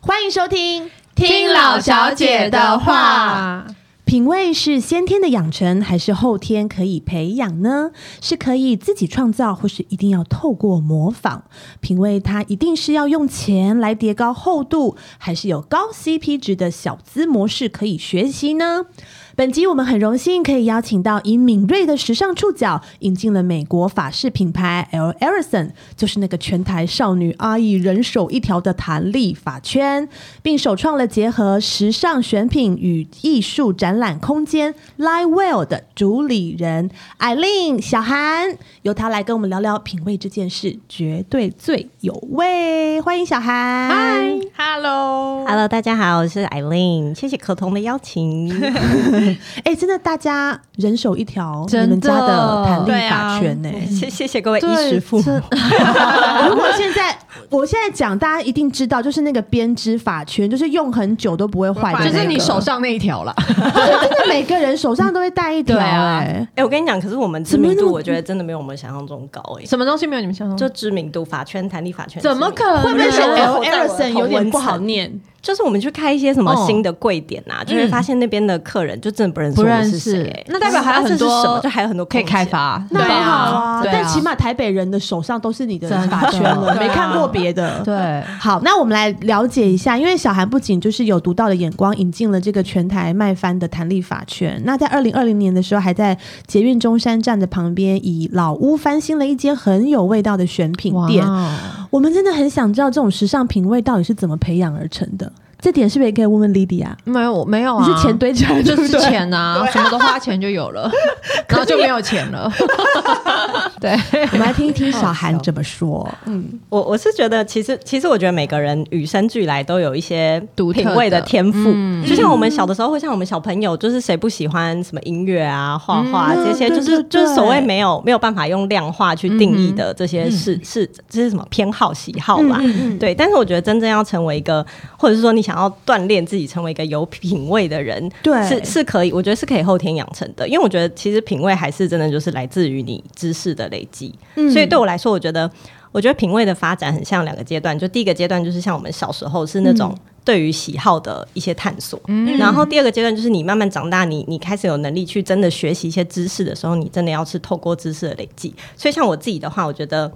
欢迎收听《听老小姐的话》。品味是先天的养成，还是后天可以培养呢？是可以自己创造，或是一定要透过模仿？品味它一定是要用钱来叠高厚度，还是有高 CP 值的小资模式可以学习呢？本集我们很荣幸可以邀请到以敏锐的时尚触角引进了美国法式品牌 L. e r i s o n 就是那个全台少女阿姨人手一条的弹力发圈，并首创了结合时尚选品与艺术展览空间 Lie Well 的主理人艾琳小韩，由她来跟我们聊聊品味这件事，绝对最有味。欢迎小韩，嗨。 Hello， Hello，大家好，我是 Eileen，谢谢可彤的邀 请。哎、真的，大家人手一条你真的们家的弹对力啊法圈哎呢、谢谢谢各位衣食 父母。真如果现在我现在讲，大家一定知道，就是那个编织发圈，就是用很久都不会坏的、那就个哎是你 手，上那一条啦。真的每个人手上都会带一条、对啊哎、哎、我跟你讲，可是我们知怎么名那度，么我觉得真的没有我们想象中高哎、什么东西没有你们想象就中？知名度，法圈、弹力法圈，哦怎么可能？会不会是我觉得 L 我啊在我的 Ellison 有点不好念？就是我们去开一些什么哦新的柜点啊，就会发现那边的客人就真的不认识不我们认是识哎谁、欸，那代表还有啊这很多是什么？就还有很多可以空开间。发？那对很好啊啊，，对啊但起码台北人的手上都是你的真的发圈了，对没啊看过别的。对。好，那我们来了解一下，因为小韩不仅就是有独到的眼光，引进了这个全台卖翻的弹力法圈。那在二零二零年的时候，还在捷运中山站的旁边，以老屋翻新了一间很有味道的选品店。哇哦我们真的很想知道这种时尚品味到底是怎么培养而成的，这点是不是也可以问问 Lydia？、 没有没有你啊，是钱堆起来对就不是对？钱啊，什么都花钱就有 了，然后就没有钱了。对，我们来听一听小韩怎么说。嗯我我是觉得，其实其实我觉得每个人与生俱来都有一些独特品的味的天赋，嗯就像我们小的时候，会像我们小朋友，就是谁不喜欢什么音乐啊、画画、啊嗯这些，对就是对对嗯就是所谓没有没有办法用量化去定义的这些是、是这是什么偏好喜好吧？对，但是我觉得真正要成为一个，或者是说你想要锻炼自己成为一个有品味的人，对是是可以，我觉得是可以后天养成的，因为我觉得其实品味还是真的就是来自于你知识的累积，嗯所以对我来说，我觉得。我觉得品味的发展很像两个阶段，就第一个阶段就是像我们小时候是那种对于喜好的一些探索，嗯然后第二个阶段就是你慢慢长大，你你开始有能力去真的学习一些知识的时候，你真的要是透过知识的累积。所以像我自己的话，我觉得。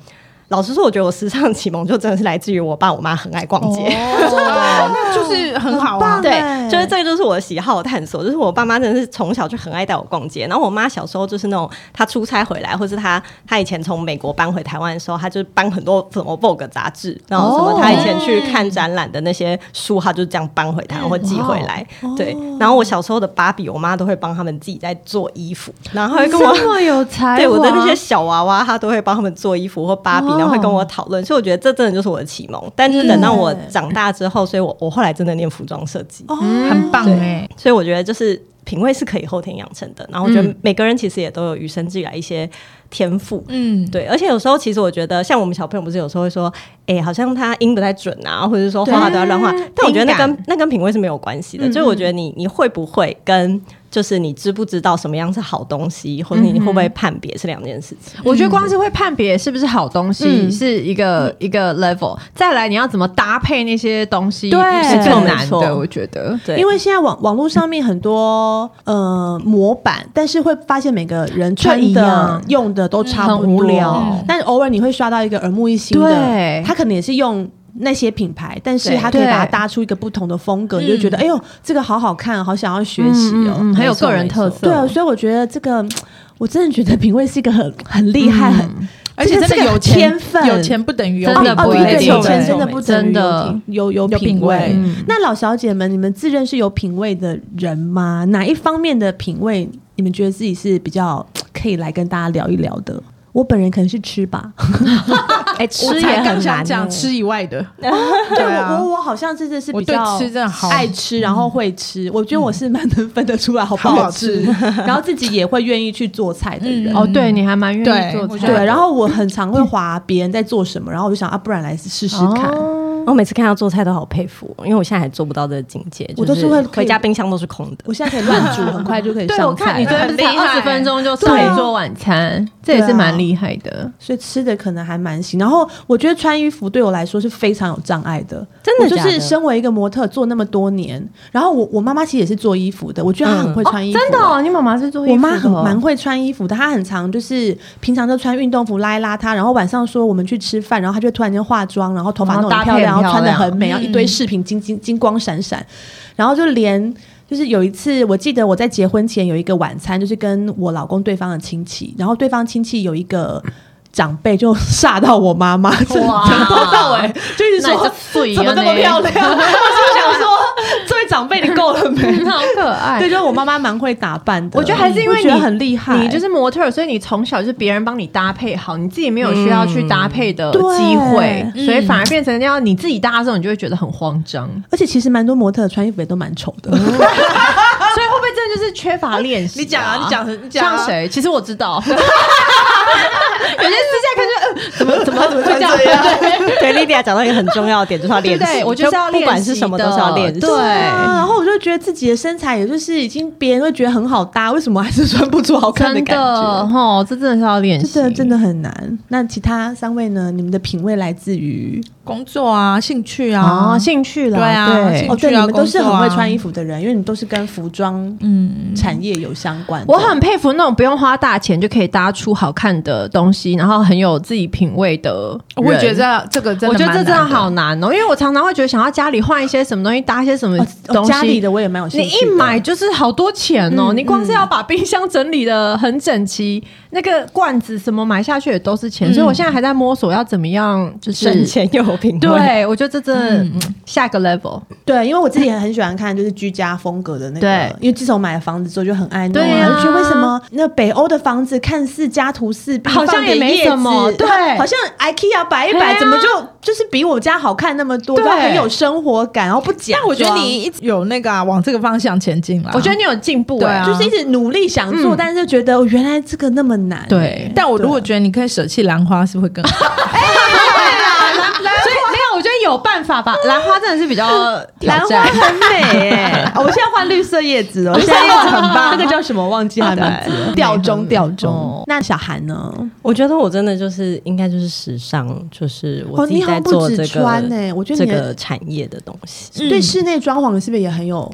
老实说，我觉得我时尚启蒙就真的是来自于我爸我妈很爱逛街，那就是哦很好棒对，欸就是这个就是我的喜好探索，就是我爸妈真的是从小就很爱带我逛街，然后我妈小时候就是那种她出差回来，或是她她以前从美国搬回台湾的时候，她就搬很多什么 Vogue 杂志，然后什么哦她以前去看展览的那些书，她就这样搬回台湾或寄回来，对。然后我小时候的芭比，我妈都会帮他们自己在做衣服，然后她会跟我这么有啊才华，对我的那些小娃娃，他都会帮他们做衣服或芭比，哦然后会跟我讨论，所以我觉得这真的就是我的启蒙。但是等到我嗯长大之后，所以我我后来真的念服装设计，哦，很棒哎，所以我觉得就是品味是可以后天养成的。然后我觉嗯得每个人其实也都有与生俱来一些天赋，嗯，对。而且有时候其实我觉得，像我们小朋友不是有时候会说，哎、好像他音不太准啊，或者是说画画都要乱画，嗯但我觉得那音跟那跟品味是没有关系的。就是我觉得你你会不会跟。就是你知不知道什么样是好东西，或者你会不会判别是两件事情。我觉得光是会判别是不是好东西嗯是一个一个 level，再来你要怎么搭配那些东西对是更难没错的，我觉得。对，因为现在网网络上面很多呃模板，但是会发现每个人穿不一的样、用的都差不很无多聊嗯但是偶尔你会刷到一个耳目一新的对，他可能也是用。那些品牌，但是他可以对把它搭出一个不同的风格，你就觉得哎呦，这个好好看，好想要学习哦，嗯嗯嗯很有个人特色对啊，所以我觉得这个，我真的觉得品味是一个很很厉嗯害、很而且真这的个有这个钱天分有钱不等于有真的品不哦味一对，定有对钱真的不等于真的有有有有品品味味。那老小姐们，你们自认是有品味的人吗？哪一方面的品味，你们觉得自己是比较可以来跟大家聊一聊的？我本人可能是吃吧，哎、吃我也才刚很想难欸、讲吃以外的，对啊我我我好像真的是我比对较吃真的好爱吃，然后会吃，我觉得我是蛮能分得出来好不好好好吃，然后自己也会愿意去做菜的人。哦，对，你还蛮愿意对做我菜觉的得对，然后我很常会划别人在做什么，然后我就想啊，不然来试试看。我每次看他做菜都好佩服，因为我现在还做不到这个境界，我都就是会回家冰箱都是空的。我现在可以乱煮，很快就可以上菜。对，我看你昨天不是很厉害二十分钟就对啊上桌晚餐，这也是对啊蛮厉害的。所以吃的可能还蛮行。然后我觉得穿衣服对我来说是非常有障碍的，真的我就假是的身为一个模特做那么多年，然后我我妈妈其实也是做衣服的，我觉得她很会穿衣服、啊真的、哦，你妈妈是做衣我服的妈哦很蛮会穿衣服的，她很常就是平常都穿运动服拉一拉她，然后晚上说我们去吃饭，然后她就突然间化妆，然后头发弄得很漂亮，然后穿然后搭配很的漂亮很美，然后一堆饰品金金金光闪闪，然后就连。就是有一次，我记得我在结婚前有一个晚餐，就是跟我老公对方的亲戚，然后对方亲戚有一个长辈就煞到我妈妈，从哇头到尾就一直那说是 水怎么 这么漂亮，我就想说这位长辈你够了没？亮，好可爱。对，就是我妈妈蛮会打扮的，我觉得还是因为我觉你得很厉害，你就是模特儿，所以你从小就是别人帮你搭配好，你自己没有需要去搭配的嗯机会，对所以反而变成要你自己搭的时候，你就会觉得很慌张。而且其实蛮多模特穿衣服也都蛮丑的，所以会不会真的就是缺乏练啊习、你讲啊你讲你讲啊像谁？其实我知道，有些私下看就、呃、怎么怎么怎么就这样，对，莉迪亚讲到一个很重要的点，就是要对练不对？习。我就是要不练习的，管是什么都是要练习。对，啊，然后我就觉得自己的身材，也就是已经别人会觉得很好搭，为什么还是穿不出好看真感的觉？吼，这真的是要练习，真的真的很难。那其他三位呢？你们的品味来自于 工作啊，兴趣啊，啊，兴趣啦，对啊对兴哦，趣对，啊你们都是工作很啊会穿衣服的人，因为你们都是跟服装嗯，产业有相关的。我很佩服那种不用花大钱就可以搭出好看的东西，然后很有自己品味的人。我也觉得这个真的，我觉得这真的好。难哦，因为我常常会觉得想要家里换一些什么东西，搭一些什么哦东哦西。家里的我也蛮有兴你趣的。一买就是好多钱哦！你光是要把冰箱整理的很整齐，那个罐子什么买下去也都是钱，所以我现在还在摸索要怎么样就是省。钱又有品味。对，我觉得这真的、嗯下一个 level。对，因为我自己也很喜欢看就是居家风格的那个，对因为自从买了房子之后就很爱弄、对啊我就觉得为什么那北欧的房子看似家徒四壁，好像放点也没叶子什么对好像 IKEA 摆一对摆，啊怎么就就是比我家好看那么多，对都很有生活感，然后不啊假但我觉得装你一直有那个啊，往这个方向前进了。我觉得你有进步、啊对哎啊就是一直努力想做，嗯但是觉得哦原来这个那么难、对，啊但我如果觉得你可以舍弃兰花，是不是会更好？所以没有，我觉得有办法吧。兰花真的是比较兰挑花战。很美哎、哦我现在换绿色叶子了，我现在叶子很棒，那个叫什么忘记它名字了，吊钟吊钟。那小韩呢？我觉得我真的就是应该就是时尚，就是我哦自己你好在像不做止这个、穿欸我觉得这你的个产业的东西。对室内装潢是不是也很有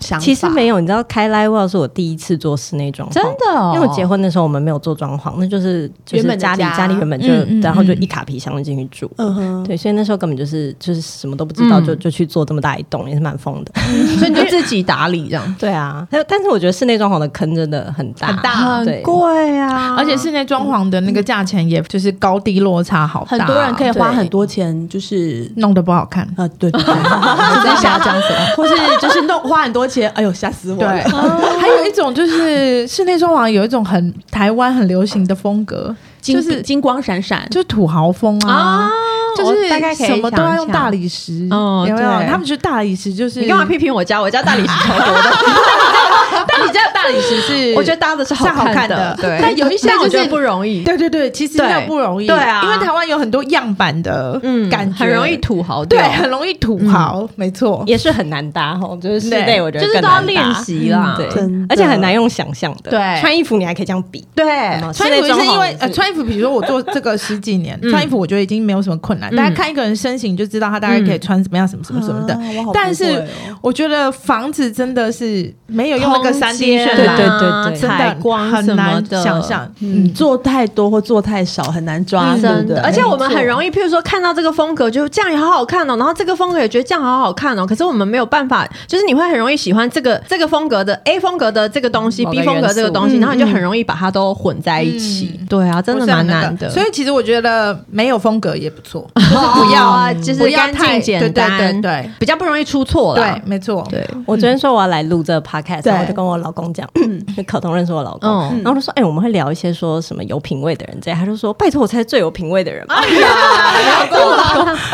想法？其实没有，你知道开 Live Well 是我第一次做室内装潢，真的哦因为我结婚的时候我们没有做装潢，那就是就原是本的家里家家里原本就、嗯嗯然后就嗯一卡皮箱就进去住。嗯哼，对，所以那时候根本就是就是什么都不知道，嗯就就去做这么大一栋，也是蛮疯的。所以你就自己打理这样，对啊，但但是我觉得室内装潢的坑真的很大，很大对贵啊 而且室内装潢的那个价钱，也就是高低落差好大，很多人可以花对很多钱，就是弄得不好看。啊，对对对，我在瞎讲什么，或是 就是弄花很多钱，哎呦吓死我对，了！还有一种就是室内装潢有一种很台湾很流行的风格，金就是金光闪闪，就土豪风啊，就是哦我大概可以什么都要用想象大理石，哦有没有？对他们就大理石就是你干嘛批评我家？我家大理石超多的，嗯但你家的大理石是我觉得搭的是好是好看的的，对。但有一些就是我觉得不容易，对对对，其实对那不容易，对啊嗯因为台湾有很多样板的感觉，很容易，嗯土豪对掉，，很容易土豪，没错。也是很难搭吼，就是室内对我觉得就是更都要难搭嗯练。习啦，对真的，而且很难用想象的，对穿衣服你还可以这样比，对嗯穿衣服室内装是潢因为也是呃，穿衣服，比如说我做这个十 几年，穿衣服我觉得已经没有什么困难，嗯大家看一个人身形就知道他大概可以穿什么样、什么什么什么的。啊我好但崩溃是哦我觉觉得房子真的是没有用那个空三 D 间渲对染，对对对真采的光很什么难的想象。嗯，做太多或做太少很难抓，对不真对的，而且我们很易容易，譬如说看到这个风格，就这样也好好看哦，然后这个风格也觉得这样好好看哦，可是我们没有办法，就是你会很容易喜欢这个这个风格的 A 风格的这个东西某个，B 风格这个东西，元素然后你就很容易把它都混在一起。对啊，真的不是蛮很那个难的，所以其实我觉得没有风格也不错，不要啊，就不是要干太净简单，对对对比较不容易出错对啦。对，没错，对，我昨天说我要来录这个 podcast，对然后我就跟我老公讲，就可彤认识我老公，嗯然后我就说，哎，我们会聊一些说什么有品味的人这样，他就说，拜托我才是最有品味的人吧，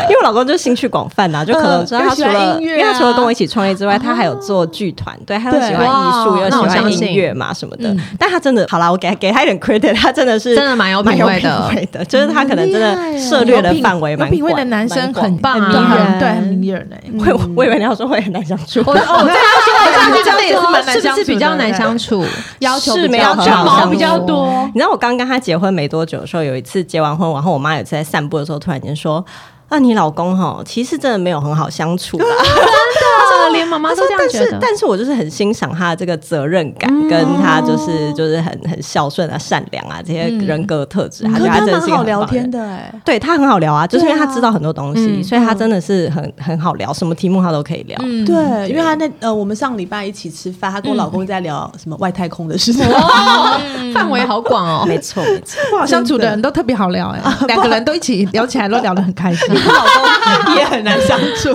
因为我老公就兴趣广泛啊呐，就可能知道他除了，又喜欢音乐因啊为他除了跟我一起创业之外，他还有做剧团，对，他又喜欢艺术，哇又那我喜相欢信音乐嘛什么的。但他真的，好啦，我给给他一点 credit，他真的是真的蛮有品蛮有味品的味的，就是他可能真的涉有猎的品范围蛮有品味的广男蛮生广很棒啊很迷人对对，很迷人哎。嗯我我以为你要说会很难相处，我哦，我这样说，我这样这样也是蛮难是不是是比较难相处，要求是比没较有高很就好毛相比较处多。你知道我刚跟他结婚没多久的时候，有一次结完婚，然后我妈有一次在散步的时候，突然间说：“啊，你老公哈，其实真的没有很好相处啦。真的，连妈妈她都说：“这样但觉是得，。但是我就是很欣赏他的这个责任感，跟他就是就是很很孝顺啊、善良啊这些人格特质。她可觉是得他他真的蛮是一个好很聊棒的人天的哎，对他很好聊啊，就是因为他对啊知道很多东西，嗯所以他真的是很很好聊，什么题目他都可以聊。嗯，对，因为他那呃，我们上礼拜一起吃饭，他跟我老公在聊什么外太空的事情，哦，范围好广哦，没错，没错。不好相处的人都特别好聊哎、两个人都一起聊起来都聊得很开心。老公也很难相处。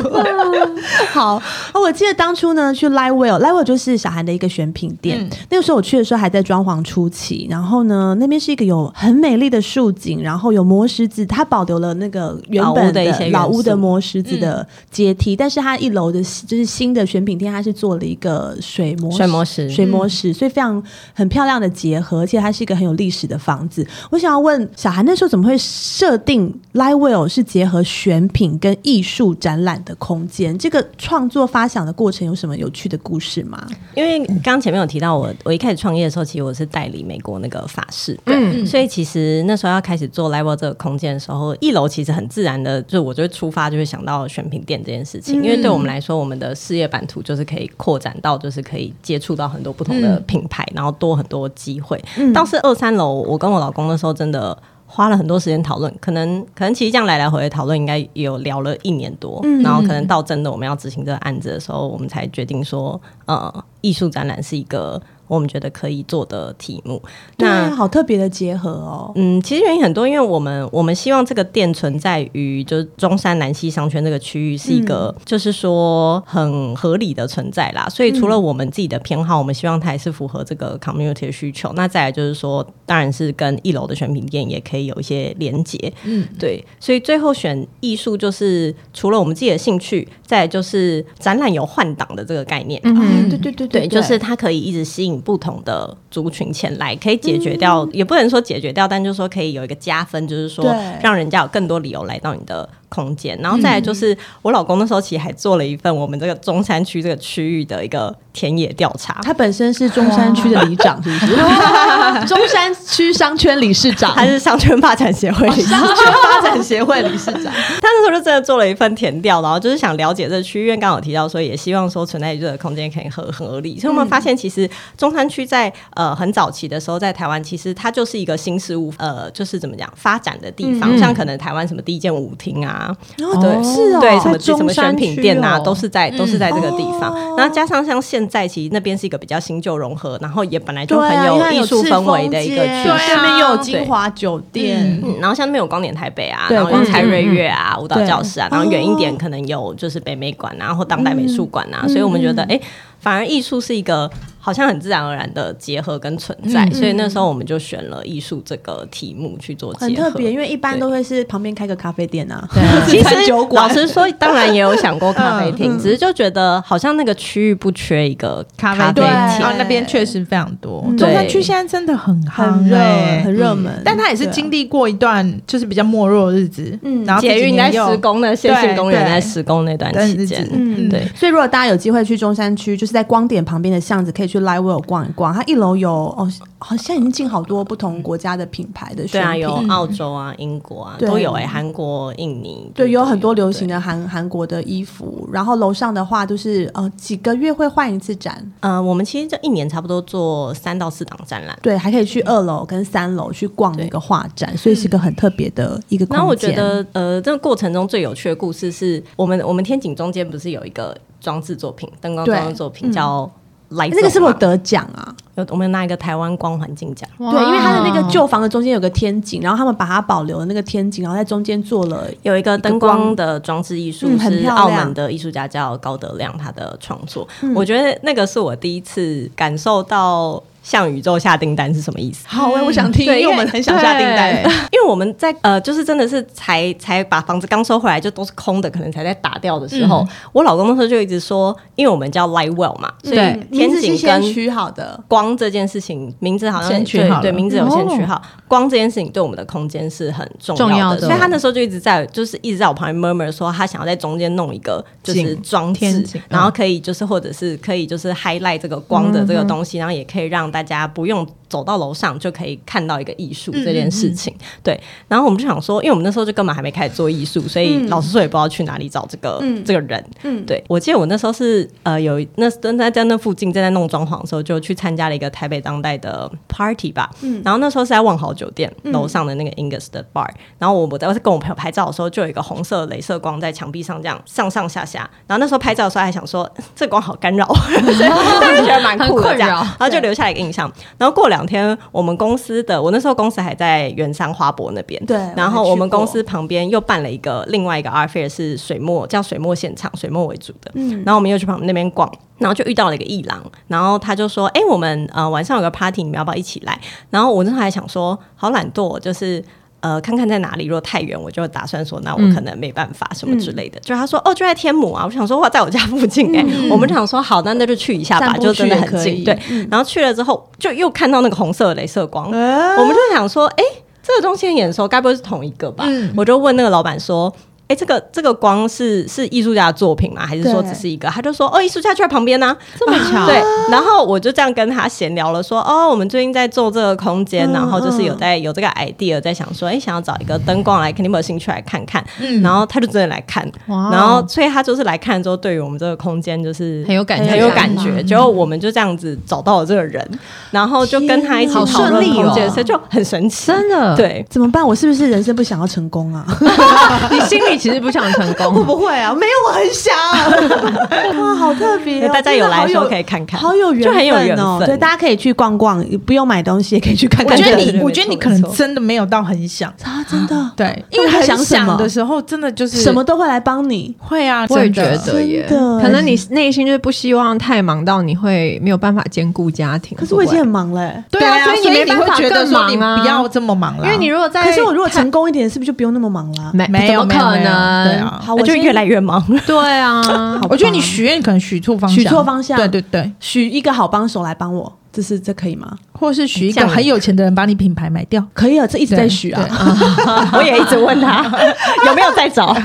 好，那我记得当初呢去 Livewell，Livewell 就是小韩的一个选品店。嗯那个时候我去的时候还在装潢初期，然后呢那边是一个有很美丽的树景，然后有磨石子，它保留了那个原老屋本的一些元老屋的素磨石子的嗯阶梯，但是它一楼的就是新的选品店，它是做了一个水磨水磨石嗯水磨石，所以非常很漂亮的结合，而且它是一个很有历史的房子。我想要问小韩，那时候怎么会设定 Livewell 是结合选品跟艺术展览的空间？这个创作发想的过程有什么有趣的故事吗？因为刚刚前面有提到我，我一开始创业的时候，其实我是代理美国那个法式，嗯嗯，所以其实那时候要开始做 Level 这个空间的时候，一楼其实很自然的，就我就会出发就会想到选品店这件事情，因为对我们来说，我们的事业版图就是可以扩展到，就是可以接触到很多不同的品牌，然后多很多机会。倒是二三楼，我跟我老公那时候真的。花了很多时间讨论，可能可能其实这样来来回回讨论，应该也有聊了一年多，然后可能到真的我们要执行这个案子的时候，我们才决定说，呃，艺术展览是一个我们觉得可以做的题目。对啊那好特别的结合哦。嗯，其实原因很多，因为我们我们希望这个店存在于就是中山南西商圈这个区域是一个，就是说很合理的存在啦。所以除了我们自己的偏好，我们希望它也是符合这个 community 的需求。那再来就是说，当然是跟一楼的选品店也可以有一些连接。嗯，对，所以最后选艺术就是除了我们自己的兴趣，再来就是展览有换档的这个概念。嗯，对对对，就是它可以一直吸引不同的族群前来，可以解决掉，嗯也不能说解决掉，但就是说可以有一个加分，就是说对嗯让人家有更多理由来到你的空间。然后再来就是，我老公那时候其实还做了一份我们这个中山区这个区域的一个田野调查。他本身是中山区的里长，是不 是？中山区商圈理事长，他是商圈发展协会理事哦商圈发展协会理事长。 他那时候就真的做了一份填调，然后就是想了解这区，因为刚好有提到说，也希望说存在于这个空间可以合很合理，所以我们嗯发现其实中山区在呃很早期的时候，在台湾其实它就是一个新事物，呃，就是怎么讲发展的地方，嗯像可能台湾什么第一间舞厅啊，然对，是哦，对，什么在中什么山选品店啊，区哦都是在都是在这个地方哦。然后加上像现在，其实那边是一个比较新旧融合，然后也本来就对很啊因为它有艺术赤氛峰围的一个街区对啊下面又有金华酒店，嗯，然后像那边有光点台北啊，对然后有蔡瑞光月啊、舞蹈教室啊，然后远一点可能有就是北美馆啊或当代美术馆啊，所以我们觉得哎、诶反而艺术是一个好像很自然而然的结合跟存在，所以那时候我们就选了艺术这个题目去做结合，很特别，因为一般对都会是旁边开个咖啡店啊，其餐实酒馆老实说，当然也有想过咖啡厅，只是就觉得好像那个区域不缺一个咖啡啡厅，对然厅后。那边确实非常多。嗯中山对区现在真的很很夯、热欸，很嗯热门，但他也是经历过一段就是比较没落的日子，嗯嗯，然后这捷几运在年又施工的线性公园对在施工那段但期日间子，嗯对。所以，如果大家有机会去中山区，就是在光点旁边的巷子，可以去 Livewell 逛一逛。它一楼有哦，好像已经进好多不同国家的品牌的对选啊，品，有澳洲啊、英国啊对都有哎、韩国、印尼对，有很多流行的。的韩韩国的衣服。然后楼上的话，就是呃几个月会换一次展，呃，我们其实这一年差不多做三到四档展览。对，还可以去二楼跟三楼去逛那个画展，所以是个很特别的一个空间。然后我觉得，呃，这个过程中最有趣的故事是我们我们天井中间不是有一个装置作品，灯光对嗯装置作品叫 Light，、那个是不是有得奖啊？有我们拿一个台湾光环境奖。对，因为它的那个旧房的中间有个天井，然后他们把它保留了那个天井，然后在中间做了有一个灯一个光光的装置艺术嗯很是漂亮澳门的艺术家嗯叫高德亮他的创作，我觉得那个是我第一次感受到。向宇宙下订单是什么意思。嗯好哎、我想听，因对，为我们很想下订单。对，因为我们在呃，就是真的是才才把房子刚收回来，就都是空的，可能才在打掉的时候，嗯我老公那时候就一直说，因为我们叫 Lightwell 嘛，所以对天名字是井先跟取好的，光这件事情，名字好像先取对好了哦对，名字有先取好。光这件事情对我们的空间是很重要的，重要的所以他那时候就一直在，就是一直在我旁边 murmur 说，他想要在中间弄一个就是景装置天井，嗯然后可以就是或者是可以就是 highlight 这个光的这个东西，然后也可以让大家不用走到楼上就可以看到一个艺术这件事嗯情。对，然后我们就想说，因为我们那时候就根本还没开始做艺术，所以嗯老实说也不知道去哪里找这个、这个人。嗯对，我记得我那时候是呃有那正在在那附近正在弄装潢的时候，就去参加了一个台北当代的 party 吧。嗯然后那时候是在万豪酒店楼上的那个 Ingus 的 bar，、然后我我在我在跟我朋友拍照的时候，就有一个红色的镭射光在墙壁上这样上上下下。然后那时候拍照的时候还想说 这光好干扰，所以但是觉得蛮酷的很困这样，扰然后就留下一个印象。然后过两天，我们公司的我那时候公司还在圆山花博那边，对然我后还去我们公过司旁边又办了一个另外一个 art fair 是水墨叫水墨现场，水墨为主的，嗯然后我们又去旁边那边逛，然后就遇到了一个艺廊，然后他就说：“哎、我们呃晚上有个 party，你们要不要一起来？”然后我那时候还想说，好懒惰哦，就是。呃，看看在哪里。如果太远，我就打算说，那我嗯可能没办法什么之类的。就他说，哦，就在天母啊。我想说，哇，在我家附近哎、嗯我们就想说，好，那那就去一下吧，散步就真的去也很可以嗯近。对，然后去了之后，就又看到那个红色的镭射光，啊我们就想说，哎、这个东西很眼熟，该不会是同一个吧？嗯我就问那个老板说。哎，这个这个光是是艺术家的作品吗？还是说对只是一个？他就说哦，艺术家就在旁边呢、这么巧，啊对，然后我就这样跟他闲聊了说，哦，我们最近在做这个空间，嗯然后就是有在有这个 idea，在想说，哎，想要找一个灯光来，肯定没有兴趣来看看。嗯哦然后他就真的来看，哇然后所以他就是来看之后，对于我们这个空间就是很有感觉很有感嘛觉。结果我们就这样子找到了这个人，然后就跟他一起天啊讨好论顺利哦空间，所以就很神奇。真的，对，怎么办？我是不是人生不想要成功 啊？你心里其实不想成会功，不会啊？没有，我很 想。哇，好特别、哦！大家有来的时真的好候有可以看看，好有缘、就很有缘哦。分。对，大家可以去逛逛，不用买东西也可以去看 我看。觉得对对你，对我没觉得你错可没能错真的没有到很想，啊，真的对，那因为你会很想什么想的时候，真的就是什么都会来帮你。会啊，我也觉真的得耶，真的可能你内心就是不希望太忙到你会没有办法兼顾家庭，可是我已会不会经很忙了、欸。对啊，对啊所以所以你你没没会办法觉得更说你忙啊不要这么忙了，因为你如果在，可是我如果成功一点，是不是就不用那么忙了、没没怎有么没有可没有能？对啊，好，那我就先越来越忙。对啊，好我觉得你吧许愿可能许错方向，许错方向对对对，许一个好帮手来帮我，这是这可以吗？或是许一这个样很有钱的人把你品牌买掉，可以啊，这一直在对许啊对，我 也一直问他有没有在找，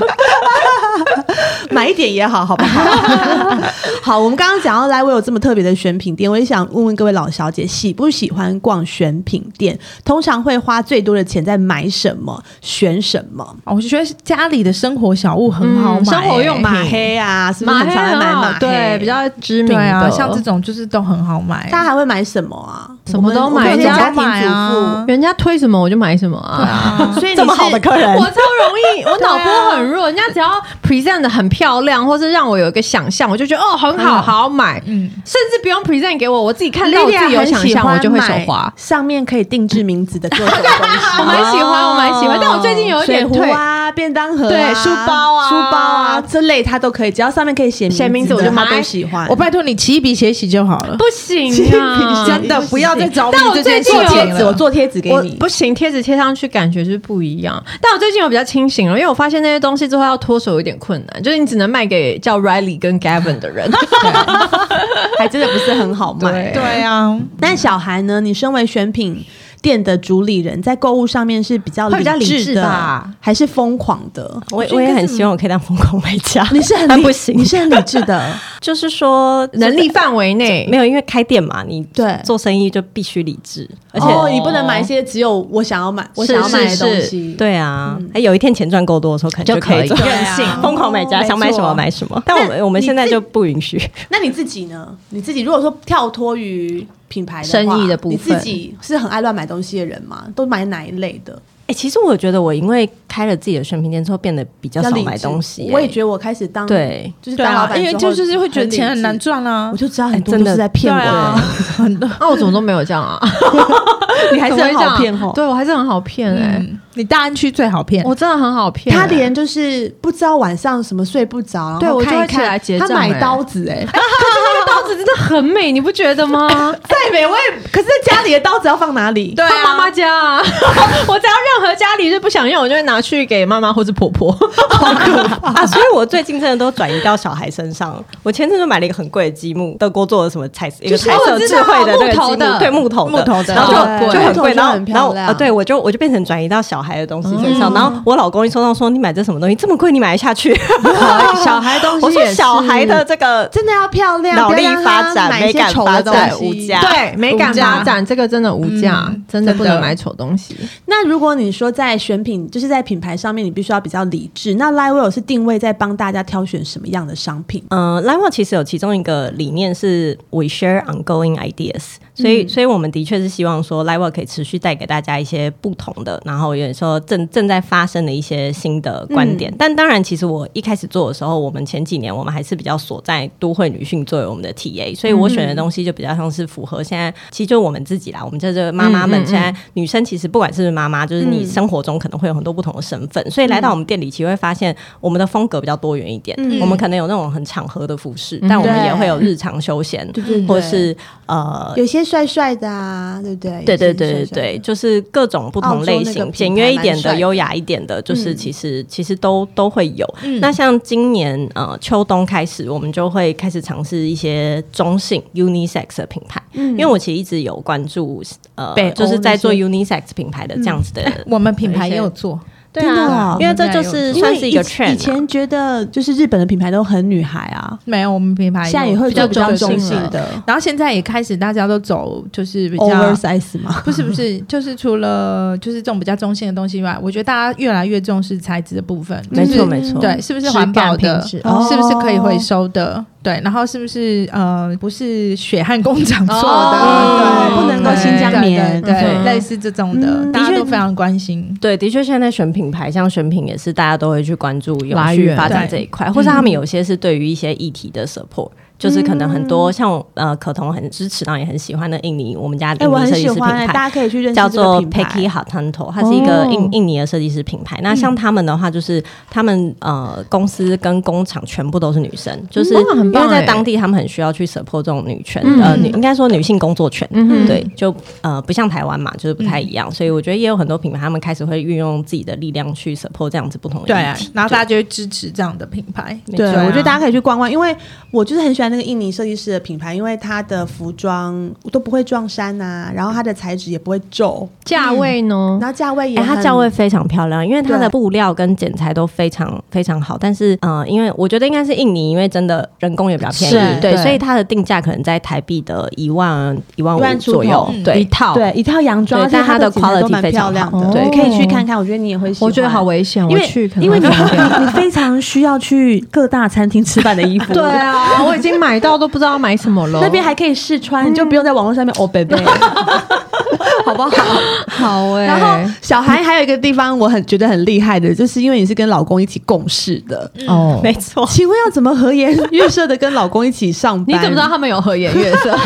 买一点也好，好不好？ 好，我们刚刚讲到 Live 有这么特别的选品店，我也想问问各位老小姐，喜不喜欢逛选品店？通常会花最多的钱在买什么、选什么？哦我就觉得家里的生活小物很好买、哎嗯生活用品欸马黑啊，是不是马很黑常来很买好马黑？对，比较知名对啊，的，像这种就是都很好买。大家还会买什么啊？什么都我们买我们家家庭买啊主 人家推什么我就买什么啊。妇，所以你这么好的客人我，超容易， 我脑波很弱，人家只要 present 的很漂亮，或是让我有一个想象，我就觉得哦很好，好好买，嗯，甚至不用 present 给我，我自己看到我 Lilia 自己有想很喜象，欢我就会手买滑。上面可以定制名字的各种东西。 哦我蛮喜欢，我蛮喜欢，但我最近有一水点壶退。啊、便当盒、啊、对书包啊书包啊这类，它都可以，只要上面可以写写名字字的，我就他买都喜欢。我拜托你起一笔写洗就好了，不行啊，真的不要再找但我这件事最近做有贴情纸，了。我做贴纸给我你。不行，贴纸贴上去感觉就是不一样。但我最近有比较清醒了，因为我发现那些东西之后要脱手有点困难，就是你只能卖给叫 Riley 跟 Gavin 的 人。还真的不是很好卖。对啊，但小韩呢？你身为选品店的主理人，在购物上面是比较会比较理智智的吧，还是疯狂的？ 我我也很希望我可以当疯狂买家，你是很但理不行你。是很理智的。就是说能力范围 内没有，因为开店嘛，你对做生意就必须理智，而且、哦，你不能买一些只有我想要买、我想要买的东是西。对啊，哎、有一天钱赚够多的时候，可能就可可以以做任性疯狂买家，没错想买什么买什么。但我们我们现在就不允许。那你自己呢？你自己如果说跳脱于品牌的话生意的部你分自己是很爱乱买东西的人吗？都买哪一类的？哎、其实我觉得我因为开了自己的选品店之后，变得比较少理智买东西、哎我也觉得得我开始当对。就是对当老啊，板因之后为理智，就就是会觉得钱很难赚啊我。就知道很多哎真都的是在骗我对啊的，那我怎么都没有这样 啊？你还是怎么会很这样好骗哦。对我还是很好骗哎，嗯，你大安区最好骗，我真的很好骗欸。他连就是不知道晚上什么睡不着，然对后我就看一会起来欸看结，账他买哎刀子哎，子真的很美，你不觉得 吗？ 再美味，可是家里的刀子要放哪里？对放妈妈家、啊， 我只要任何家里是不想用，我就会拿去给妈妈或是婆婆。啊，所以我最近真的都转移到小孩身上。我前阵就买了一个很贵的积木，德国做的什么彩一个彩色智慧的那个积哦我知道木头的木，对木头的，木头的然后对就就很木头贵，就然后很漂然后亮啊，对我就我就变成转移到小孩的东西身上。然后我老公一收到说你买这什么东西这么贵，你买得下去？小孩东西我说也是小孩的这个真的要漂亮，脑不力要让发他展、买一美些感丑发的东展西无 价，对美感无价发展这个真的无价，嗯真的不真能的买丑东西。那如果你说在选品，就是在品牌上面，你必须要比较理智。那 Livewell 是定位在帮大家挑选什么样的商品？嗯 l i v e 其实有其中一个理念是 We share ongoing ideas，所嗯以、所以我们的确是希望说 l i v e 可以持续带给大家一些不同的，然后有说正正在发生的一些新的观嗯点。但当然，其实我一开始做的时候，我们前几年我们还是比较锁在都会女性作为我们的 TA，所以我嗯选的东西就比较像是符合现在，其实就我们自己啦，我们这这妈妈嗯嗯们嗯现在女生其实不管是不是妈妈，就是你生活中可能会有很多不同的身份，所以嗯来到我们店里，其实会发现我们的风格比较多元一点，我们可能有那种很场合的服饰，但我们也会有日常休闲，对或是呃。有些帅帅的啊，对不对？对对有对对些帅帅的对，就是各种不同类澳洲那个型，品牌简约一点蛮帅的、的优雅一点的，就是嗯其实、其实都都会有。那像今年呃秋冬开始，我们就会开始尝试一些中性 unisex 的品牌，嗯因为我其实一直有关注呃北，欧就是在做那 unisex 品牌的这样子的我们品牌也有做，对真的啊哦，因为这就是算是一个因 trend 为以啊以前觉得就是日本的品牌都很女孩啊，没有我们品牌现在也会比较做比较中性性的，的然后现在也开始大家都走就是比较 oversize 嘛。 不是不是，就是除了就是这种比较中性的东西以外，我觉得大家越来越重视材质的部分，没就是错没错，对，是不是环保的？质感哦是不是可以回收的？对，然后是不是呃，不是血汗工厂做的，哦对不能够新疆棉对对对嗯类似这种的，嗯大家的都确非常关心。对，的确，现在选品牌，像选品也是大家都会去关注永来续源发展对这一块，或是他们嗯有些是对于一些议题的 support，、就是可能很嗯多像呃可彤很支持，然后也很喜欢的印尼，我们家的哎，印我尼很设计喜师品欢欸，牌。大家可以去认识叫这个做品 Peki 牌。 Hatanto，它是一个印哦嗯印尼的设计师品牌。那像他们的话，就是他们呃公司跟工厂全部都是女生，就是哇很因棒为在欸当地他们很需要去 support 这种女权嗯呃女应该说女性工作权，嗯哼，对，就呃不像台湾嘛，就是不太一样，所以我觉得也有很多品牌他们开始会运用自己的力量去 support 这样子不同的对啊议题。，然后大家就会支持这样的品牌。没对，啊错我觉得大家可以去逛逛，因为我就是很喜欢那个印尼设计师的品牌，因为它的服装都不会撞衫呐、然后它的材质也不会皱，价位呢？然后价位也哎、很、它价位非常漂亮，因为它对的布料跟剪裁都非常非常好。但是，呃，因为我觉得应该是印尼，因为真的人工也比较便是宜，对，对所以它的定价可能在台币的一万一万一万五出左右头，对，一套，对一套洋装，对而且但它的剪裁都蛮 quality 非常漂亮好的，哦对，可以去看看，我觉得你也会喜欢。我觉得好危险，因我为去可能因为会你疯掉你你非常需要去各大餐厅 吃饭的衣服， 对啊，我已经买到都不知道买什么了。那边还可以试穿，你就不用在网络上面哦贝 贝。好不好？好 哎，然后小孩还有一个地方我很觉得很厉害的，就是因为你是跟老公一起共事的，哦，没错。请问要怎么和 颜悦色的跟老公一起上班？你怎么知道他们有和颜悦色？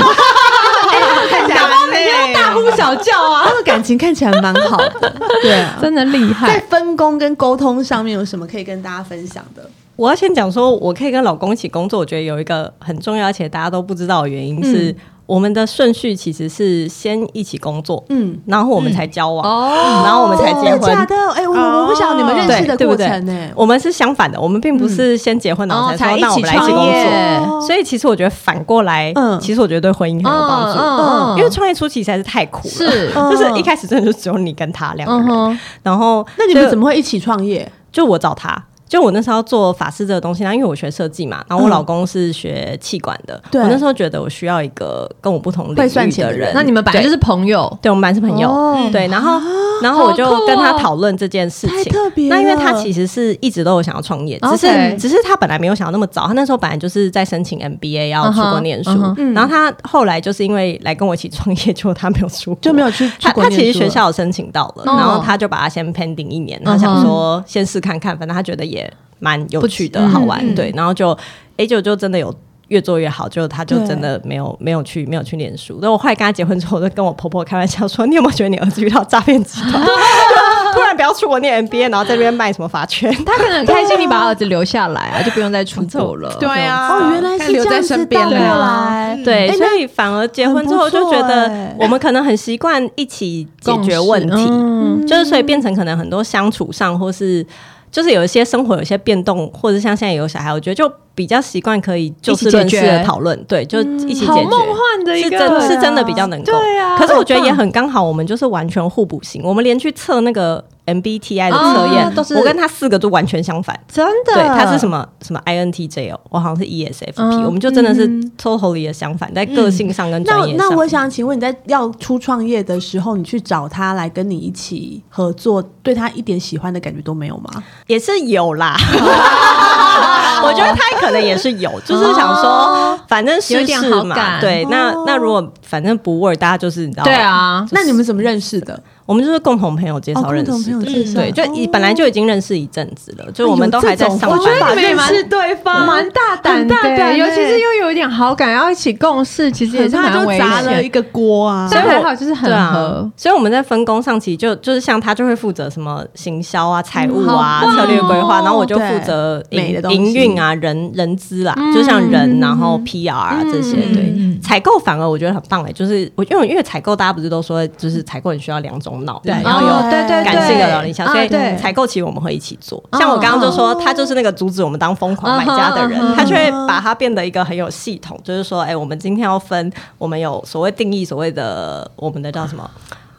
看起来很累大呼小叫啊，他们感情看起来蛮好的， 对啊。 真的厉在害。分工跟沟通上面有什么可以跟大家分享的？我要先讲说，我可以跟老公一起工作，我觉得有一个很重要而且大家都不知道的原嗯因是，我们的顺序其实是先一起工作，嗯，然后我们才交往，哦然后我们才结真的婚假。的？哎、我我我不晓得你们认识的对过哦不对程哎呢、我们是相反的，我们并不是先结婚然后欸哦才才说一那我起们来一起创工业作，所以其实我觉得反过来嗯，其实我觉得对婚姻很有帮助，嗯嗯嗯因为创业初期实在是太苦了，是嗯就是一开始真的就只有你跟他两个 嗯人，哼，然后那你们就怎么会一起创业？就我找他。就我那时候做法式这个东西，然后啊因为我学设计嘛，然后我嗯老公是学气管的，对我那时候觉得我需要一个跟我不同领会算域钱的人人。那你们本来就是朋友，对，我们班是朋友，哦对，然后然后我就好酷哦跟他讨论这件事太情。特别了那因为他其实是一直都有想要创业，只是 OK 只是他本来没有想要那么早，他那时候本来就是在申请 MBA 要出国念书嗯哼嗯哼然后他后来就是因为来跟我一起创业，结果他没有出国，就没有去他出国他念书其实学了校有申请到了，哦然后他就把它先 pending 一年，他嗯哼想说先试看看，反正他觉得也蛮有趣的，不好玩，嗯对，然后就哎就就真的有。越做越好，就他就真的没有没有去没有去念书。但我后来跟他结婚之后，我就跟我婆婆开玩笑说：“你有没有觉得你儿子遇到诈骗集团？” 突然然不要出国念 MBA，然后在那边卖什么法圈。他可能很开心你把儿子留下来啊，就不用再出国了。对啊，哦，原来是留这在样子身边倒过对啊来，对，哎所以反而结婚之后就觉很不错哎得我们可能很习惯一起解共识，决问题，嗯就是所以变成可能很多相处上或是。就是有一些生活有一些变动，或者像现在有小孩，我觉得就比较习惯可以就事论事一起解决的讨论，对，就嗯一起解好决。梦幻的一是个，真 是真的比较能够，对啊可是我觉得也很很刚好，我们就是完全互补型。我们连去测那个 MBTI 的哦测验，都是我跟他四个都完全相反。真的。对，他是什么什么 INTJ 哦，我好像是 ESFP，、嗯我们就真的是嗯 totally 的相反，在个性上跟那专业上。那我想请问你在要出创业的时候，你去找他来跟你一起合作，对他一点喜欢的感觉都没有吗？也是有啦。哦 我觉得他可能也是有，就是想说，反正试哦有点试好嘛。感哦对，那那如果反正不 work，大家就是你知 道，对，啊，那你们怎么认识的？我们就是共同朋友介哦，绍认共同朋识友的。介绍，对，就一哦本来就已经认识一阵子了，就我们都还在上班哎呦这。种方法你们认识对方蛮大胆的，很大胆欸尤其是又有一点好感，要一起共事，其实也很是怕蛮就危砸了一险。个锅啊！但还好就是很对啊合，，所以我们在分工上其实就就是像他就会负责什么行销啊、财务啊、好棒哦策略规划，然后我就负责对美营的东西营运啊、人人资啦，嗯就像人然后 PR 啊嗯这些。嗯对，嗯采购反而我觉得很棒哎，就是我因为因为采购大家不是都说就是采购很需要两种脑力，对然后有哦对对对感性的脑力，想哎所以啊对采购其实我们会一起做。哦像我刚刚就说，他就是那个阻止我们当疯狂买家的嗯人哼嗯哼，他就会把它变得一个很有系统，就是说，哎，我们今天要分，我们有所谓定义所谓的我们的叫什么？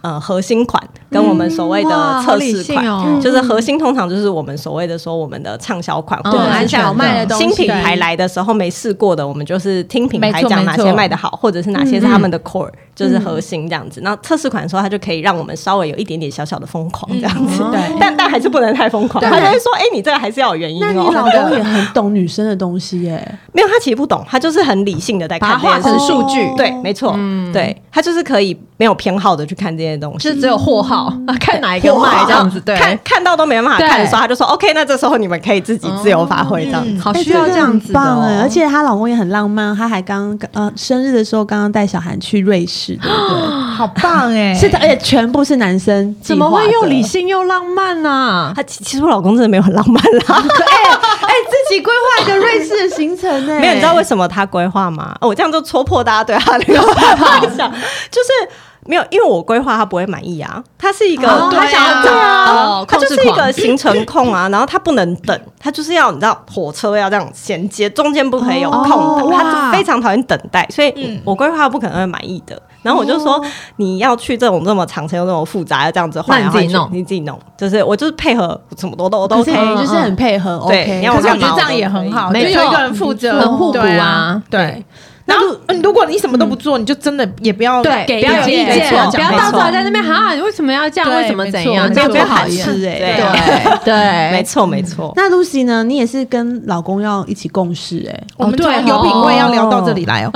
呃，核心款跟我们所谓的哇嗯测试好理款，性哦就是核心通常就是我们所谓的说我们的畅销款，嗯或者安是全像的卖的东新西品牌来的时候没试过的，我们就是听品牌没错讲哪没错些卖的好，或者是哪些是嗯他们的 core，就是核心这样子。那测试款的时候，它就可以让我们稍微有一点点小小的疯狂这样哦子，嗯对 但但还是不能太疯狂。对他就会说：“哎，你这个还是要有原因那你老哦。公也很懂女生的东西耶，”没有，他其实不懂，他就是很理性的在把它看这化成件事。数据，嗯对，没错，对他就是可以没有偏好的去看这些东就西。只有货号，啊看哪一个卖这样子，对，看看到都没办法对嗯看的时候，他就说 OK，那这时候你们可以自己自由发挥这样子。好哎哦需要真这的样很子的棒哦哎！而且她老公也很浪漫，他还刚呃生日的时候刚刚带小韩去瑞士，对不对？好棒哎，是的，而且全部是男生计怎划的，么会又理性又浪漫啊呢？他其其实我老公真的没有很浪漫啦，哎，自己规划一个瑞士的行 程呢？没有，你知道为什么他规划吗？哦我这样就戳破大家对他那 个幻想，就是没有，因为我规划他不会满意啊，他是一个、哦他对想啊要找、哦他控就制是一狂个行程控啊， 然后他不能等，他就是要你知道火车要这样衔接，中间不可以有空哦档，哇他非常讨厌等待，所以嗯我规划不可能会满意的。然后我就说，你要去这种这么长程又这么复杂，要这样子换来嗯那你自己换去弄你自己弄，就是我就是配合什么都都都可是 OK，你就是很配合对，OK。你要可我是我干觉得嘛这样也很好，就没错有一个人负责，很互补啊对啊，对。然后，嗯如果你什么都不做，你就真的也不要对，给不要有意意见见，没错不要到时没候错哦在那边哈，你为什么要这样？对为什么怎样？没错这样没不错好没意错思。对对啊没对，错没错。欸那 Lucy 呢？你也是跟老公要一起共事哎、我们哦对终于有品味，哦要聊到这里来哦。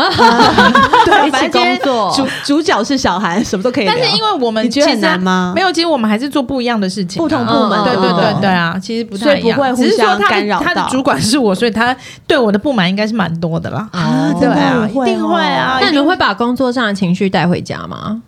对一起工作主主角是小韩，什么都可以聊。但是因为我们你觉得其实很难吗没有，其实我们还是做不一样的事情啊，不同部门对嗯对嗯对对啊，其实不所太以一样，不会互只是说相他的干扰他的到主管是我，所以他对我的不满应该是蛮多的啦。啊哦真对的啊，会哦一定会啊。那你们会把工作上的情绪带回家吗？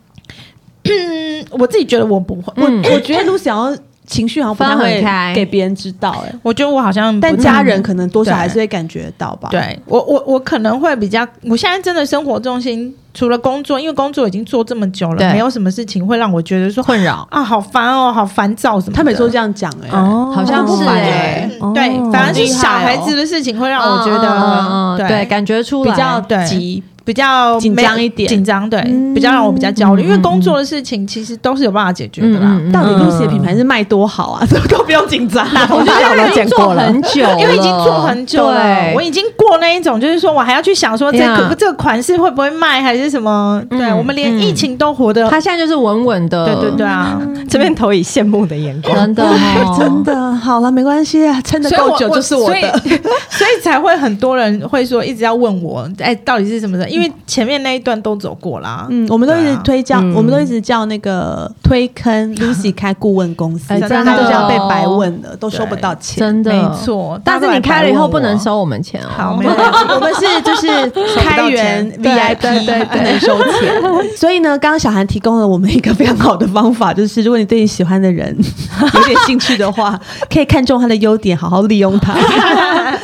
嗯，我自己觉得我不会，我嗯我我觉得 Lucy 好像情绪好像不太分很会开给别人知道哎、我觉得我好像但不家太人可能多少对还是会感觉到吧。，对我我我可能会比较，我现在真的生活重心除了工作，因为工作已经做这么久对了，没有什么事情会让我觉得说困扰，啊好烦哦，好烦躁什么的。他每次都这样讲哎、哦好像是哎、哎嗯对，反而是哦小孩子的事情会让啊我觉嗯嗯嗯得嗯对，对。感觉出来比较对急比较紧张一点没紧张对嗯，比较让我比较焦虑，嗯因为工作的事情其实都是有办法解决的啦。嗯嗯嗯到底 Lucy 的品牌是卖多好啊？这都不用紧张，啊我觉 得因为已经做很久嗯了，因为已经做很久了，对我已经过那一种，就是说我还要去想说这呀可不这个款式会不会卖，还是什么？对嗯我们连嗯疫情都活得他现在就是稳稳的，对对对，啊！嗯这边投以羡慕的眼光。真 的哦真的好了，没关系啊，撑得所以够我久就是我所以 的。所以才会很多人会说一直要问我，哎，到底是什么的？因因为前面那一段都走过啦。嗯，我们都一对直啊推叫，嗯我们都一直叫那个推坑 Lucy 开顾问公司，哎让真他的就这样被哦白问了，都收不到钱。真的没。错，但是你开了以后不能。收我们钱哦。好，没没有有问问 题。题我们是就是开源收不到钱 VIP，对对对不 能收钱。所以呢，刚刚小韩提供了我们一个非常好的方法，就是如果你对你喜欢的人 有点兴趣的话，可以看中他的优点，好好利用他，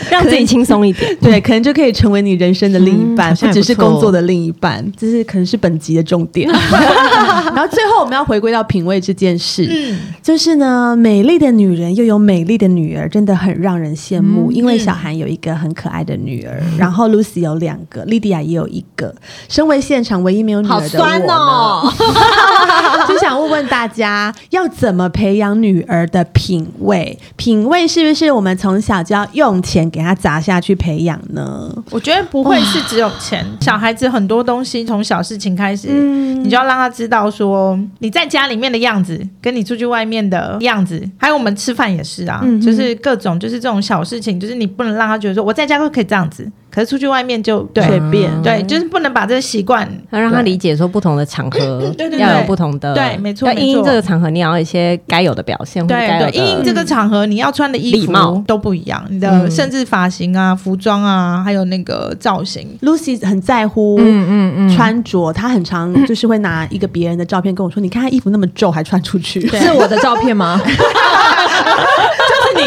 让自己轻松一点。 对，可能就可以成为你人生的另一半，嗯好像不也只是不错工作的另一半，这是可能是本集的重点。然后最后我们要回归到品味这件事，就是呢，美丽的女人又有美丽的女儿，真的很让人羡嗯慕。因为小韩有一个很可爱的女儿，然后 Lucy 有两个，莉迪亚也有一个。身为现场唯一没有女儿的我呢，哦哦 就想问问大家，要怎么培养女儿的品味？品味是不是我们从小就要用钱给她砸下去培养呢？我觉得不会是只有钱，小孩子很多东西从小事情开始，嗯你就要让他知道说你在家里面的样子，跟你出去外面的样子，还有我们吃饭也是啊，嗯哼就是各种就是这种小事情，就是你不能让他觉得说我在家都可以这样子，可是出去外面就对随便嗯对，就是不能把这个习惯要让他理解说不同的场合 对对对要有不同的，对没错要因没应错这个场合，你要有一些该有的表现或者对该有对，的因应这个场合，你要穿的衣礼服貌都不一样，你的嗯甚至发型啊、服装啊，还有那个造型， Lucy 很在乎嗯嗯嗯，穿着，她很常就是会拿一个别人的照片跟我说：“你看她衣服那么皱，还穿出去。” 是我的照片吗？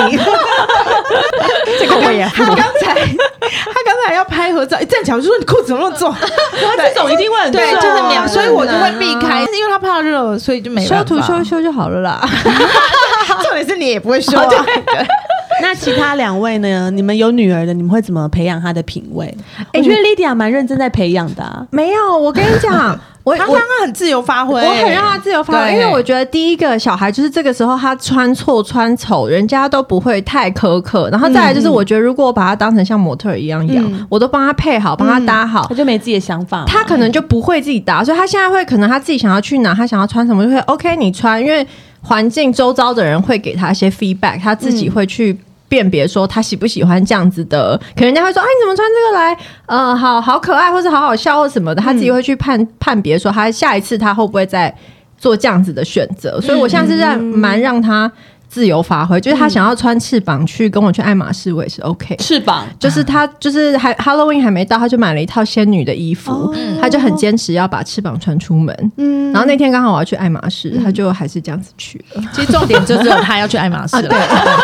这个我也他刚才他刚才要拍合照，哎一站起来我就说你裤子怎么那么 皱？对这种一定会很对，皱啊就是秒，所以我就会避开，因为他怕热，所以就 没修办法哦图修一修就好了啦。重点是你也不会修啊， 那其他两位呢？你们有女儿的，你们会怎么培养她的品味？嗯我觉得哎 Lydia 蛮认真在培养的啊、没有，我跟你讲，我 他我让他很自由发挥，我很让他自由发挥，对因为我觉得第一个小孩就是这个时候他穿错穿丑，人家都不会太苛刻。然后再来嗯就是，我觉得如果我把他当成像模特儿一样养，我都帮他配好，帮他嗯搭好。哦她就没自己的想法嘛。他可能就不会自己搭，所以他现在会可能他自己想要去哪，他想要穿什么就会 OK 你穿，因为环境周遭的人会给他一些 feedback，他自己会去。辨别说他喜不喜欢这样子的，可能人家会说啊，你怎么穿这个来？呃，好好可爱，或是好好笑，或什么的，他自己会去判、判别说他下一次他会不会再做这样子的选择。所以我现在是在蛮让他自由发挥，就是他想要穿翅膀去跟我去爱马仕，我也是 OK。翅膀就是他，就是还 Halloween 还没到，他就买了一套仙女的衣服，他就很坚持要把翅膀穿出门。哦嗯，然后那天刚好我要去爱马仕，他就还是这样子去了。其实重点就只有他要去爱马仕了。啊对，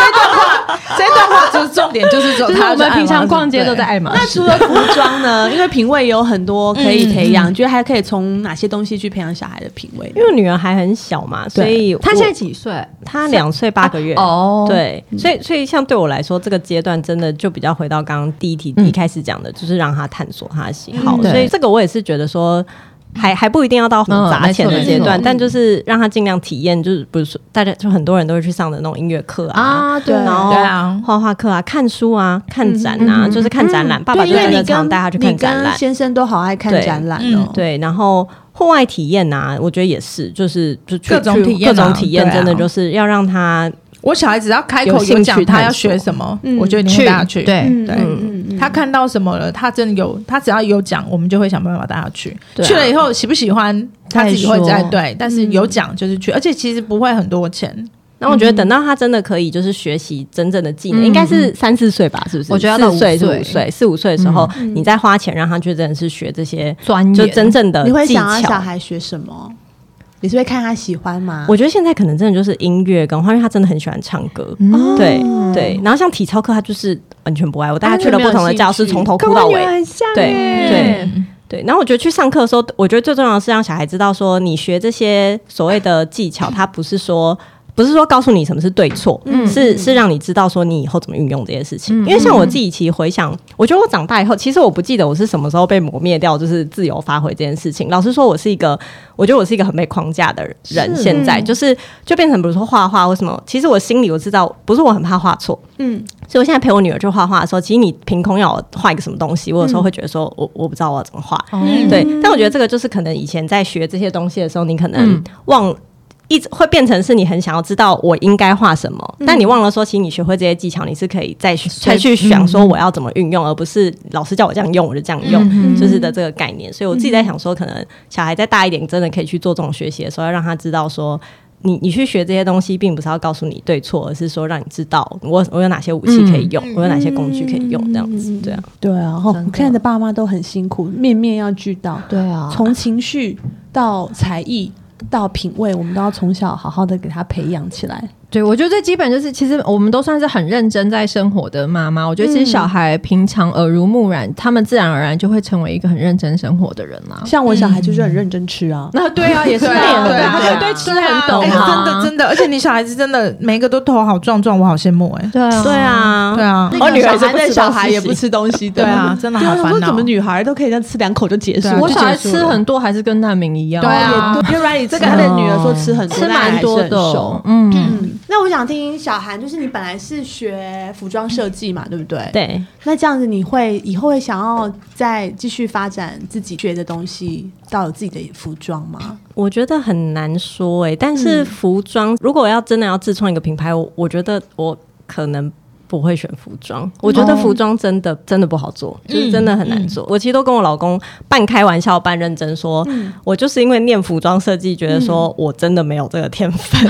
这这段话，这段话就是重点，就是只有就是他我们平常逛街都在。爱马那仕。除了服装 呢？因为品味有很多可以培养，觉得还可以从哪些东西去培养小孩的品味？因为女儿还很小嘛，所以他我现在几岁？她两岁八个月哦对，嗯所以所以像对我来说，这个阶段真的就比较回到刚刚第一嗯题、一开始讲的，就是让她探索她的喜好。嗯对所以这个我也是觉得说。还还不一定要到很嗯砸钱的阶没错没段，错但嗯就是让她尽量体验，就是比如说大家就很多人都会去上的那种音乐课啊，啊，对，对然后对啊画画课啊、看书啊、看展啊，就是看展览。爸爸嗯对，就因为真你的常跟带她去你看展跟览，先生都好爱看对展览嗯哦。对，然后户外体验呐、我觉得也是，就是就去各种去体验啊各种体验对啊真的就是要让他我小孩只要开口有讲他要学什么，我就一定会带他去。对，嗯对嗯嗯他看到什么了，他真的有，他只要有讲，我们就会想办法带他去。对啊去了以后喜不喜欢，他自己会再再说对，但是有讲就是去，而且其实不会很多钱，那我觉得等到他真的可以就是学习真正的技能，嗯应该是三四岁吧，是不是？我觉得要到四岁、五四岁五岁、四五岁的时候，你再花钱让他去真的是学这些，专业就真正的你会技想要小巧。孩学什么？你是会看他喜欢吗？我觉得现在可能真的就是音乐跟画，因为他真的很喜欢唱歌。嗯对对，然后像体操课，他就是完全不爱。我带他去了不同的教室，啊从头跟哭到我女尾儿。很像对耶。对，然后我觉得去上课的时候，我觉得最重要的是让小孩知道说，你学这些所谓的技巧，它不是说。不是说告诉你什么是对错，是是让你知道说你以后怎么运用这些事情。因为像我自己，其实回想，我觉得我长大以后，其实我不记得我是什么时候被磨灭掉，就是自由发挥这件事情。老实说，我是一个，我觉得我是一个很被框架的人。现在就是就变成比如说画画或什么，其实我心里我知道，不是我很怕画错，嗯，所以我现在陪我女儿去画画的时候，其实你凭空要我画一个什么东西，我有时候会觉得说我我不知道我要怎么画，嗯对。但我觉得这个就是可能以前在学这些东西的时候，你可能忘。一直会变成是你很想要知道我应该画什么，但你忘了说，其实你学会这些技巧，你是可以再去再去想说我要怎么运用，而不是老师叫我这样用我就这样用，嗯就是的这个概念。所以我自己在想说，可能小孩再大一点，真的可以去做这种学习的时候，要让他知道说。你你去学这些东西，并不是要告诉你对错，而是说让你知道我我有哪些武器可以嗯用，我有哪些工具可以用，这样子，对啊。对啊，吼真的看的爸妈都很辛苦，面面要俱到。对啊从情绪到才艺到品味，我们都要从小好好的给他培养起来。对，我觉得最基本就是，其实我们都算是很认真在生活的妈妈。我觉得其实小孩平常耳濡目染，他们自然而然就会成为一个很认真生活的人啦。像我小孩就是很认真吃啊，那对啊，也是对啊，啊，对啊，啊，对啊对吃很懂哎啊，真的真的，而且你小孩子真的每一个都头好壮壮，我好羡慕哎。对啊，对。啊，对啊，那个哦小孩是不在吃小东孩西也不吃东西的对啊真的对啊好想烦说恼怎么女孩都可以这样吃两口就结束对啊？我小孩就结束吃了很多，还是跟难民一样，对啊对，因为 Riley 这个他的女儿说吃很多，吃但还蛮是多很的瘦。嗯，嗯，那我想听小韩，就是你本来是学服装设计嘛，对不对？。对，那这样子，你会以后会想要再继续发展自己学的东西，到有自己的服装吗？我觉得很难说诶、但是服装、如果要真的要自创一个品牌，我我觉得我可能。不会选服装，我觉得服装真的、真的不好做，就是真的很难做。我其实都跟我老公半开玩笑半认真说，我就是因为念服装设计，觉得说我真的没有这个天分，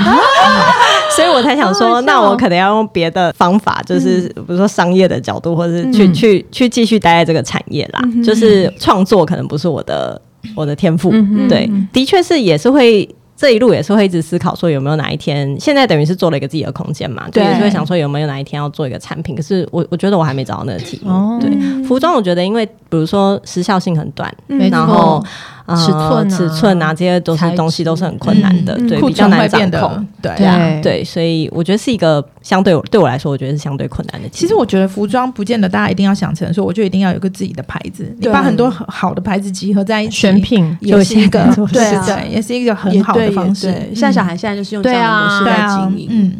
所以我才想说，那我可能要用别的方法，就是比如说商业的角度，或是去、去去继续待在这个产业啦。就是创作可能不是我的我的天嗯赋，对，嗯的确是也是会。这一路也是会一直思考说有没有哪一天，现在等于是做了一个自己的空间嘛，就对也是会想说有没有哪一天要做一个产品。可是我我觉得我还没找到那个题目。哦对，嗯服装我觉得因为比如说时效性很短，没错然后、呃、尺寸啊尺寸啊这些都材是质东西都是很困难的，嗯对，库比较存难会掌变控得。对对啊对，所以我觉得是一个相对对我来说，我觉得是相对困难的题目。其实我觉得服装不见得大家一定要想成说，我就一定要有一个自己的牌子，你把很多好的牌子集合在一起，选品也是一个就现在对做对，也是一个很也好对的也方式对。现在小韩现在就是用这对样的啊模式对在啊经营，。嗯，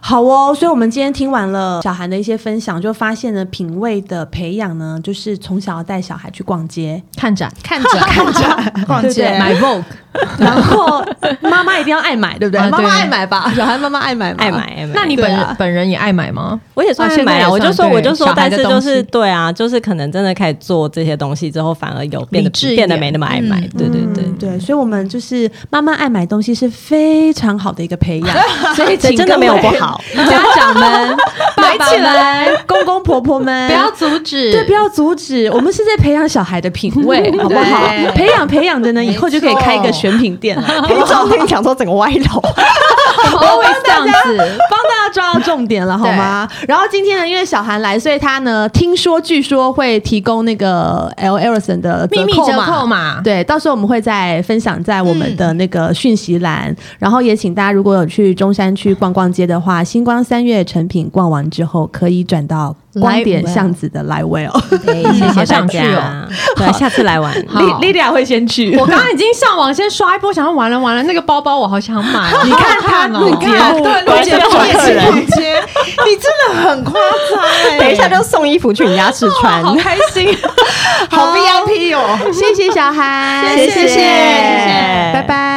好哦，所以我们今天听完了小韩的一些分享，就发现呢，品味的培养呢，就是从小带小孩去逛街，看展、看着 看着逛对对街，啊买 Vogue，然后妈妈一定要爱买，对不对？啊对妈妈爱买吧，小孩妈妈爱买嘛，爱买 爱买，那你本对啊人本人也爱买吗？我也算啊爱现在买也啊，我就算说对我就说小，孩但的是东就西是对啊，就是可能真的开始做这些东西之后，反而有变得理智一变得点没那么爱买。 对对对，嗯对，所以我们就是妈妈爱买东西是非常好的一个培养，所以这请真的各没有位。不好 家长们、爸爸们、公公婆婆们，不要阻止，对，不要阻止，我们是在培养小孩的品味，好不好？对培养培养着呢，以后就可以开一个没错选品店了。听讲听 讲说整个歪楼， always 这样子。帮大家抓到重点了，好吗？然后今天呢，因为小韩来，所以他呢，听说据说会提供那个 L Ellison 的 秘密折折扣码扣码对，到时候我们会再分享在我们的那个讯息栏，然后也请大家如果有去中山区逛逛街的话，星光三月成品逛完之后，可以转到光点 Livewell 巷子的 l i w e l 谢好谢大想去家哦。对，下次来玩。好 l i l i a 会先 去。我刚刚已经上网先刷一波，想要完了完了，那个包包我好想买，你看看哦，你看对，果路然是姐个我也好客是人逛街，你真的很夸张哎！等一下就送衣服去你家试穿，好开心，好 VIP 哦。谢谢小韩，谢谢谢谢拜拜。